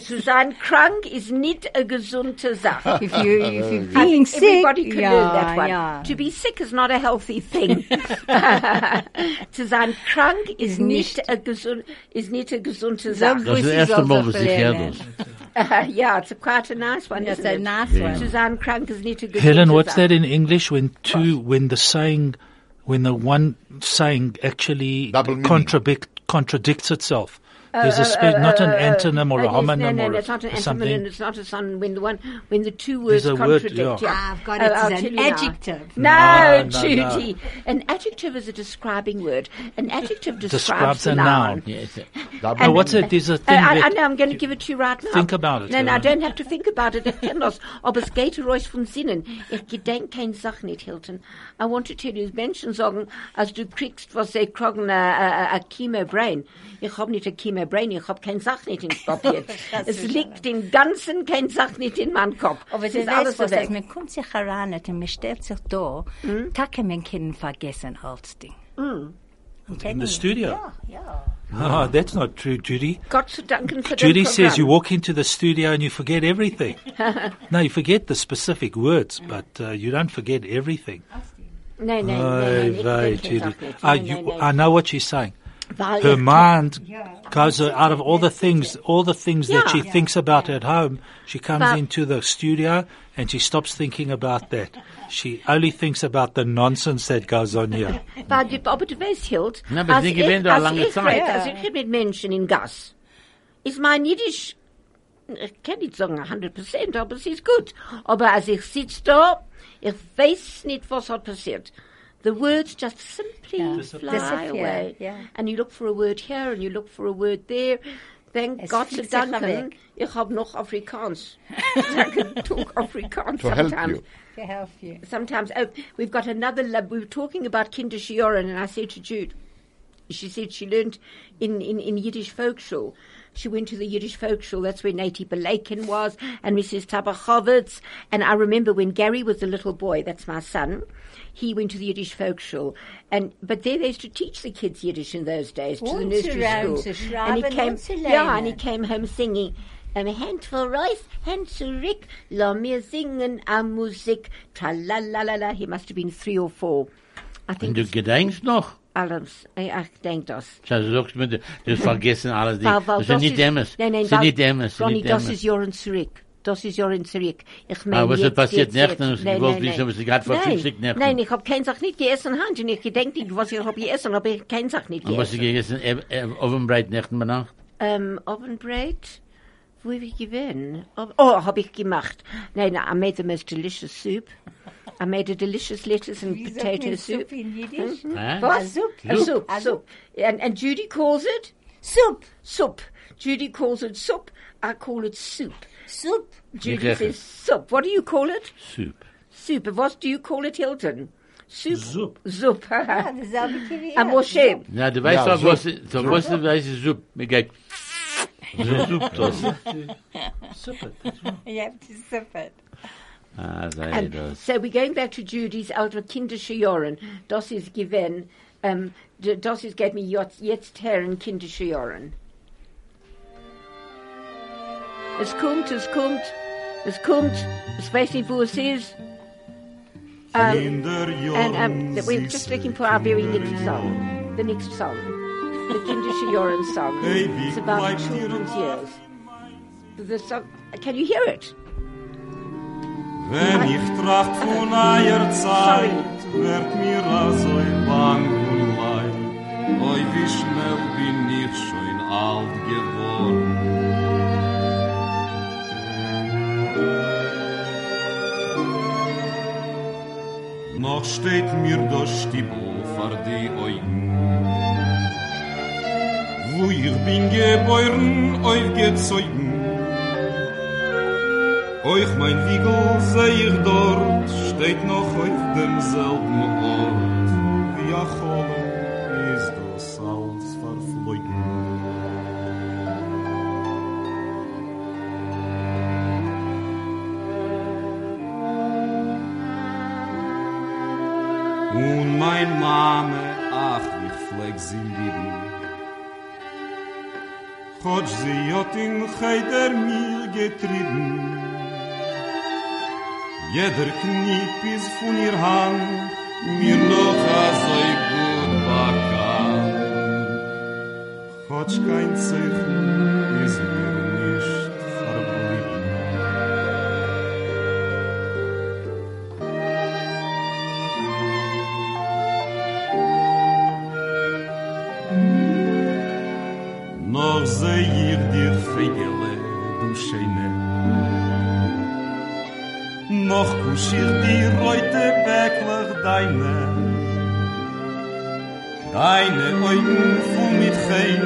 Zu sein krank ist nicht eine gesunde Sache. if you if you're feeling sick, Everybody can ja, learn that one. ja. To be sick is not a healthy thing. Zu sein krank is nicht, nicht- a gesund, is nicht a gesunde So Sache. Das ist das Grüße erste soll Mal, doch was ich höre lernen. das. Uh, yeah, it's a quite a nice one. That's isn't a it? nice one. To sein krank is nicht a gesunde Helen, what's Sache. that in English when two, when the saying, when the one saying actually Double meaning. contradict, contradicts itself? Uh, There's a spe- not an antonym or a Oh, yes, no, homonym no, or no, it's not an antonym and something. it's not a son. When the one, when the two words a word, contradict, yeah. yeah. Ah, I've got Oh, it I'll as an tell you now. adjective. No, No, no, no. Judy. An adjective is a describing word. An adjective describes, Describes a a noun. Yes, uh, Double No, what's meaning. it? There's a Uh, thing I, I that know, I'm going to give it to you right now. Think about it, No, no, I Helen. don't have to think about it. Ich kenne das. Aber es geht raus von Sinnen. Ich gedenk keine Sache nicht, Hilton. I want to tell you, Menschen sagen, als du kriegst, was sie kriegen, a, a, a chemo brain. Ich hab nicht a chemo brain, ich hab keine Sache nicht im Kopf jetzt. es liegt im Ganzen keine Sache nicht in meinem Kopf. Aber Es du ist weißt was, weg. dass man kommt sich heran und man stellt sich da, tak kann man Kinder vergessen als Ding. in the studio. Ah, that's not true, Judy. Gott zu danken für Judy den says you Programm. walk into the studio and you forget everything. no, you forget the specific words, but uh, you don't forget everything. Nein, nein, Aye, nein, aye, nein, ich Judy. gedenk keine Ah, Sache nicht. Nein, you, nein, I nein. know what she's saying. Weil er her ich- mind goes out of all the things, all the things that she Yeah. thinks about at home. She comes But- into the studio and she stops thinking about that. She only thinks about the nonsense that goes on here. Weil die, aber du weißt, Hild, Na, aber als sie ich- gewähnt da als lange ich Zeit. red- Ja. Als ich red mit Menschen in Gas, ist mein Jiddisch, ich kann nicht sagen 100%, aber es ist gut. Aber als ich sitze da, ich weiß nicht, was hat passiert. The words just simply fly Disappear, away. yeah. And you look for a word here and you look for a word there. Thank Es Gott sei fliegt sich Dank, weg. ich habe noch Afrikaans. I can talk Afrikaans To help sometimes you. To help you. sometimes oh, we've got another lab. We were talking about Kinder Shioran, and I said to Jude, she said she learnt in, in, in Yiddish folk school. She went to the Yiddish folk school. That's where Nati Belakin was, and Mrs. Tabachovitz. And I remember when Gary was a little boy. That's my son. He went to the Yiddish folk school, and but there they used to teach the kids Yiddish in those days to the Und zu nursery lernen, school. zu schreiben And he came, und zu yeah, and he lernen. came home singing. Um, hand for rice, hand zurück, la mir singen a Musik. Tra la la la la. He must have been three or four. I Und think du it's gedenkst noch? Adams. I, I think das. So du sagst mir, du du hast vergessen alles. die- Weil, weil Das sind das nicht ist- Dämmes. Nein, nein, Das sind weil- nicht Dämmes. das sind Ronny, nicht das Dämmes. ist Joren zurück. Das ist Joren zurück. Ich meine, Ah, was ist jetzt, passiert jetzt, jetzt. nachts? Ich Nein, wollte nein, wissen, nein. was ich gerade vor Nein, 70 Nächten- Nein, ich habe keine Sache nicht gegessen, Hand. Und ich gedenke nicht, was ich habe gegessen, aber ich habe keine Sache nicht Und was ich gegessen. gegessen habe, auf dem Breit Nächten bei Nacht? Ähm, Ovenbreit? Wo habe ich gewesen? Ob- Oh, habe ich gemacht. Nein, I made the most delicious soup. I made a delicious lettuce and potato soup. Soup Mhm. in Yiddish? Hä? What? A soup. A Soup. soup. A soup. And, and Judy calls it Soup. soup. Judy calls it soup. I call it soup. Soup. Judy Gegessen. says soup. What do you call it? Soup. Soup. What do you call it, Hilton? Soup. Soup. Soup. Ah, das habe ich gewählt. I'm ashamed. Na, du weißt Ja, doch, was, doch was du weißt, ist Soup. Mir geht, so Soup das. You have to sip it. Ah, sei Um, das. so we're going back to Judy's Alter Kinderschajoren. Das ist given. Um, d- das ist geht mir jetzt, jetzt Herren Kinderschajoren. Es kommt, es kommt, es kommt. Ich weiß nicht, wo es ist. Um, and um, th- we're just looking for our very next song. The next song. The Kinderschajoren song. It's about children's years. The song, can you hear it? Wenn ich tracht von eier Zeit, Sorry. werd mir also bang und leid. Oi, wie schnell bin ich schon alt geworden. Noch steht mir das Stiebel vor die Augen. Wo ich bin geboren, aufgezogen, Euch mein Wiegel seh ich dort, steht noch auf demselben Ort. Wie a Cholle ist das alles verflogen. Und mein Mame, ach, ich pfleg sie lieben. Chodsch sie hat in Cheder mir getrieben. Jeder Knipp ist von ihr Hand, mir noch a so gut bekannt. Chodsch kein Zeichen ist mir nicht verblieben. Noch seh ich dir Fegele, du Scheine. Noch kusch ich dir heute wirklich deine. Deine Augen voll mit Heim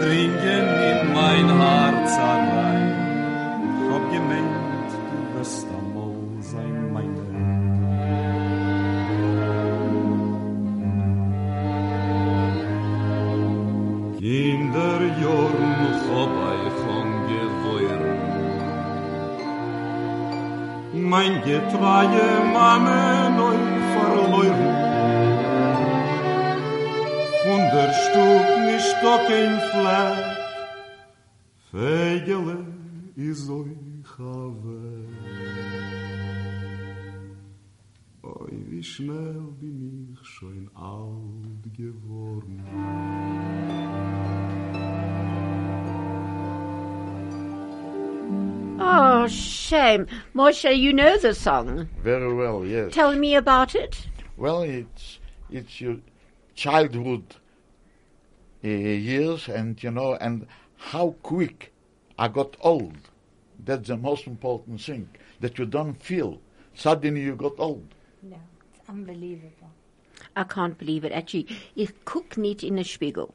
dringen in mein Herz allein. Ich hab gemeint, du wirst einmal sein meine. In der Jorn hab ich angeheuer. Mein getreue Mame neu verloren. Von der Stub nicht doch kein Fleck. Fegele is euch habe. Oi, wie schnell bin ich schon alt geworden. Oh, shame. Moshe, you know the song. Very well, yes. Tell me about it. Well, it's it's your childhood uh, years, and you know, and how quick I got old. That's the most important thing that you don't feel. Suddenly you got old. No, it's unbelievable. I can't believe it, actually. Ich guck nicht in den Spiegel.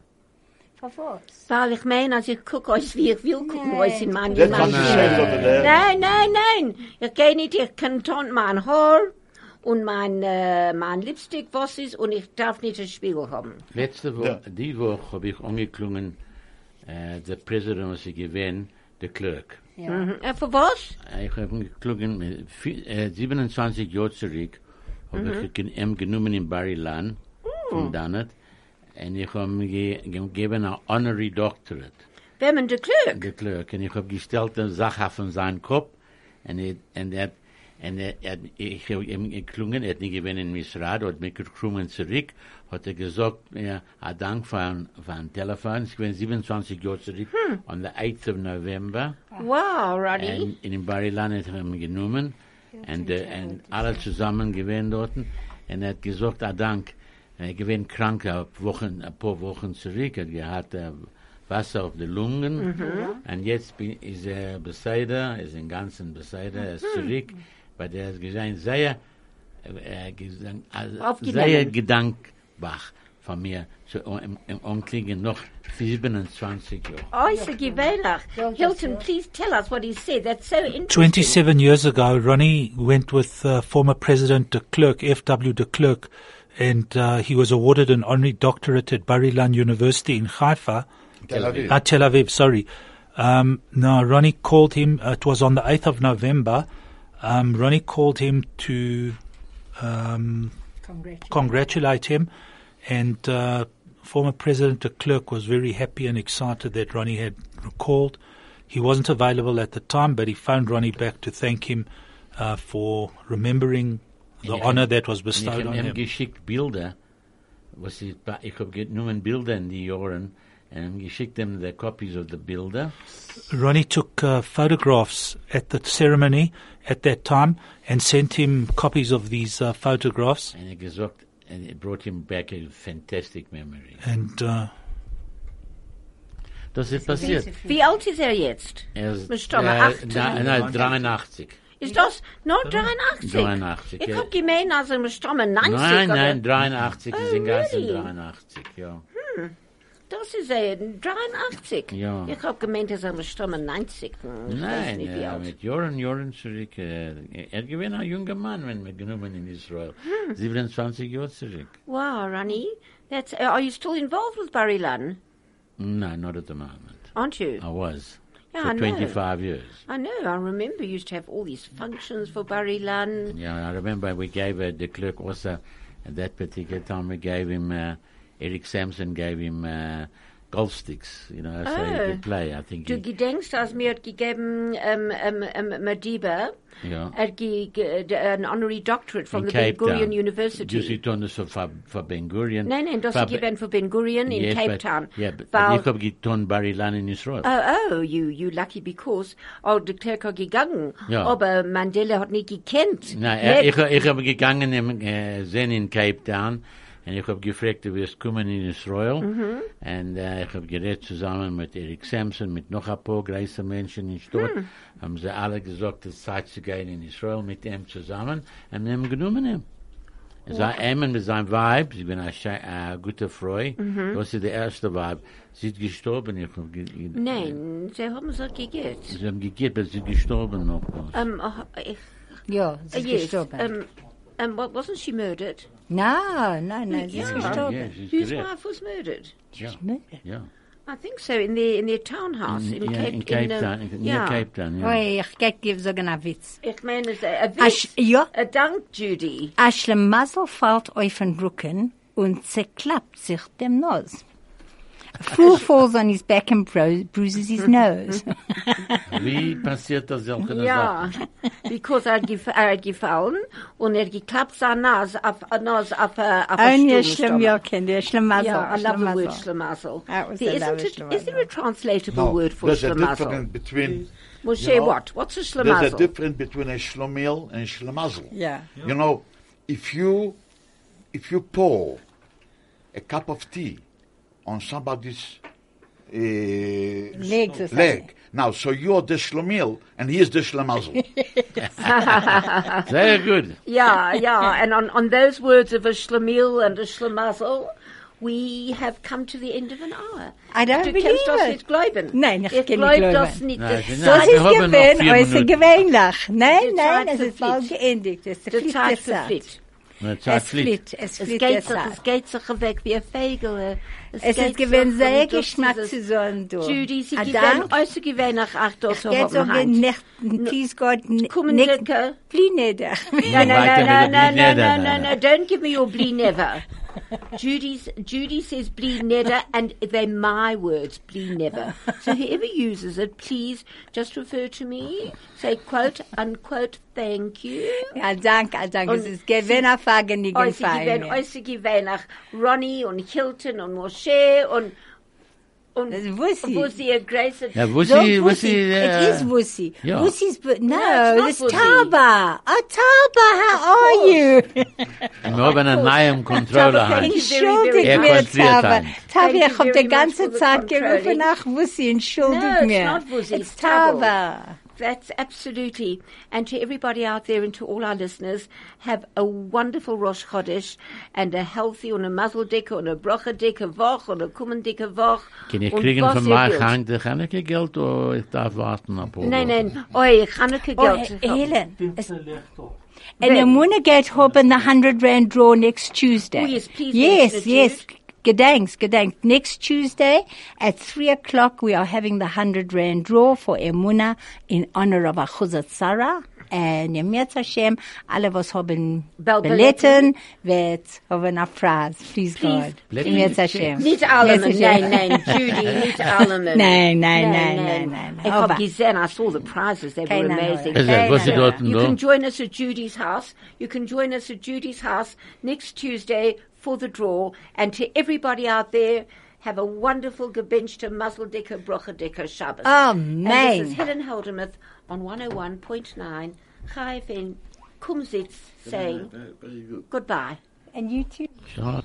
For what? Weil ich meine, als ich guck aus, wie ich will gucken, Nee. was in meinem That's what you Leben- said over there. Nein, nein, nein. Ich gehe nicht, ich kann tun mein Haar und mein, äh, mein Lipstick, was ist, und ich darf nicht den Spiegel haben. Letzte Woche, die Woche habe ich angeklungen, äh, der Präsident, was ich gewähnt, der Clerk. Mhm. Äh, für was? Ich habe angeklungen, mit vi- äh, 27 Jahre zurück, habe ich gen- ihn genommen in Barilan, von Danet, und ich habe ihm ge- gegeben ein Honorary Doctorate. Wem in der Klug? de clerk en ik heb gesteld een zacha van zijn kop en het- en dat en eh, en ik heb hem geklungen het niet gewen in misraad hat mir geklungen zurück hat er gesagt ja a dank van van telefoon ik ben 27 jaar zurück on the 8th of november Wow, Ronnie. en in Barilan het hem genomen en de en äh, alle zusammen gewen dorten en er hat gesagt a dank er gewen krank a wochen a paar wochen zurück er gehat äh, Wasser auf die Lungen. Und jetzt bin, ist er Beseider, ist im ganzen Beseider, er ist zurück, weil er ist gesehen, sehr, äh, gesehen, also, Aufgenommen. sehr gedankbar von mir, so, im, im Umkriegen noch 27 Jahre. Äußer gewöhnlich. Hilton, please tell us what he said. That's so interesting. 27 years ago, Ronnie went with uh, former President de Klerk, F.W. de Klerk, and uh, he was awarded an honorary doctorate at Barilan University in Haifa. Tel Aviv. Ah, Tel Aviv, sorry. Um, now, Ronnie called him, uh, it was on the 8th of November. Um, Ronnie called him to um, Congratulations. congratulate him, and uh, former President de Klerk was very happy and excited that Ronnie had called. He wasn't available at the time, but he phoned Ronnie back to thank him uh, for remembering the Yeah. honor that was Und ich bestowed habe on ihm him. geschickt Bilder, was ich, ba- ich habe genommen Bilder in die Jahren, und geschickt ihm die Copies of the Bilder. Ronnie took uh, photographs at the ceremony at that time and sent him copies of these uh, photographs. And he er gesagt, and it brought him back a fantastic memory. And uh, Das ist passiert. Wie alt ist er jetzt? Er ist, Mit Stamme äh, 18. na- nein, 83. Ist das noch 83? 83, Ich ja. hab gemeint, er also wir stammen 90. Nein, aber nein, 83 ist Oh, in ganzen really? 83, ja. Das ist er, 83. Ja. Ich hab gemeint, er also wir stammen 90. Hm, ich weiß Nein, nicht, wie ja, alt. mit Joren, Joren zurück. Äh, er gewinnt ein junger Mann, wenn wir genommen in Israel. Hm. 27 Jahre zurück. Wow, Ronnie, that's. Uh, are you still involved with Barilan? Nein, not at the moment. Aren't you? I was. Yeah, for I know. 25 years. I know. I remember you used to have all these functions for Barilan. Yeah, I remember we gave uh, the clerk also At that particular time, we gave him, uh, Eric Sampson gave him uh, golf sticks, you know, so he Oh. could play. I think Du he, gedenkst, als mir hat gegeben ähm, ähm, ähm, Madiba Ja. er ge, ge, d- an honorary doctorate from in the Cape Ben Gurion Town. University. Du sie tun das so für, für Ben Gurion. nein, nein, das Für gegeben für Ben Gurion in Yes, Cape but- Town. Yeah, but weil, ich habe getan Barry Lan in Israel. Oh, oh, you, you lucky because, oh, der Klerk hat gegangen, Ja. aber Mandela hat nicht gekannt. Nein, er, Nicht. ich, ich habe gegangen im äh, Zen in Cape Town und ich habe gefragt, du wirst kommen in Israel. Und äh, ich habe geredet zusammen mit Eric Sampson, mit noch ein paar große Menschen in Stadt. Haben sie alle gesagt, es ist Zeit zu gehen in Israel mit ihm zusammen und wir haben genommen ihn. Sein Emmen mit seinem Weib, ich bin eine, sche- äh, eine gute Frau, das ist der erste Weib. Sie ist gestorben. Ich hab ge ge- Nein, sie haben es auch gegeben. Sie haben gegeben, aber sie ist gestorben noch. Ähm, oh, ich, Ja, sie ist yes, gestorben. ähm, ähm, wa- wasn't she murdered? nein, nein, nein, sie ist Ja. gestorben. Ja, sie ist Whose gerecht. wife was murdered? Ja, Mörder. ja. I think so, in the in their townhouse in, Ja, Cape, in Cape um, Town, in- near ja. Cape Town, ja. Oi, ich geh gib sogar einen Witz. Ich meine, es- ein Ah, Witz. sch- ja. Ein Dank, Judy. Ein Schlamassel fällt auf den Rücken und zerklappt sich dem Nose. A fool falls on his back and bru bruises his nose. Ah, Wie passiert das solche Ja, Sachen? because er, gef er hat gefallen und er geklappt seine Nase auf, äh, Nase auf, äh, auf den Only a Stuhlstamm. Schlemmjokin, der Schlamassel. Yeah, I love the word Schlamassel. schlamassel. That was There a isn't, lovely it, is there a schlamassel. translatable No, word for Mm. there's a schlamassel? difference between Moshe, you know, what? What's a there's a schlamassel? difference between a shlomil and shlamazel. Yeah. You know, if you if you pour a cup of tea on somebody's uh, Legs or something. leg, now so you're the shlomil and he's the shlamazel. Sehr gut. Yeah, yeah. And on, on those words of a schlemiel and a schlamassel, we have come to the end of an hour. I don't du believe kannst das it. nicht glauben. Nein, ich ich kann nicht glaub glauben. das nicht. Nein, Das- nein. Das ist wir haben noch gewesen, vier äußerst Minuten. gewöhnlich. Nein, Die nein, Zeit es ist bald verfliegt. geendigt. Es Die verfliegt Zeit der verfliegt. Zeit. Die Zeit Es fliegt. flieht, es Es flieht der geht sich, Zeit. es geht sich weg wie ein Fegel. Es geht ist gewesen sich sehr und das geschmack ist- zu sein, du. Judy, sie Ah, gewesen danke. äußerst gewesen nach acht Uhr zu Geht so Hoffenheim. genechten, please God, ne- Kommen ne- lecker. Blie nieder. No, no, no, Right, no, everybody, no, no, never, no, no, no, no. no. Don't give me your blee never. Judy's, Judy says blee never, and they're my words, blee never. So whoever uses it, please just refer to me, say quote, unquote, thank you. Ja, danke, ah, danke. Es Und Oh, ist gewinn auf Fagenigen Äußige Wehen, Feier. äußige Wehen nach Ronnie und Hilton und Moshe und, und Das Wussi. Wussi, ihr Grace. Ja, Wussi. Wussi, Don't Wussi, Wussi. äh, It is Wussi. ja. Wussi's, bu- No, no, it's no not it's Wussi. Taba. Oh, Taba, how are you? Wir haben einen neuen Controller. Thank Hans. you very, Entschuldig very Ah, Er mir, konzentriert Taba. einen. Taba, Thank ich you hab very die much ganze for the Zeit gerufen controlling. nach Wussi. No, Entschuldig it's mir. not Wussi, It's it's Taba. Taba. That's absolutely. And to everybody out there and to all our listeners, have a wonderful Rosh Chodesh and a healthy und a Mazel Dicke und a Broche Dicke Woch und a Kummen Dicke Woch. Kann ich und kriegen was von ihr mir wollt. kein Chaneke Geld eh, oder ich darf warten ein paar Nein, Wochen? nein. Oi, Chanukah Oh, Geld. Helen. Bitte legt auf. And the Moonagate hope in the 100 Rand draw next Tuesday. Oh, yes, please, Yes, Mr. yes. Gedanks, gedanks. Next Tuesday at 3 o'clock, we are having the 100 Rand draw for Emuna in honor of Achuzat Sarah. And Yemetz Hashem, alle was haben Bel- beletten, wird haben a prize. Please, God. Beletten. Yemetz Hashem. Nicht Allemann, Yes, nein, yes. nein, Judy, nicht Allemann. Nein, nein, nein, nein, nein. Ich Aber- hab gesehen, I saw the prizes, they were Keine Ahnung. amazing. Also, Nein, was ist nein, dort denn You can da? join us at Judy's house. You can join us at Judy's house next Tuesday for the draw. And to everybody out there, have a wonderful gebenchte Muzzle Decker Brocha Decker Shabbos. Amen. And this is Helen Holdermuth on 101.9 Chai FM Kumsitz saying goodbye. And you too. Schade.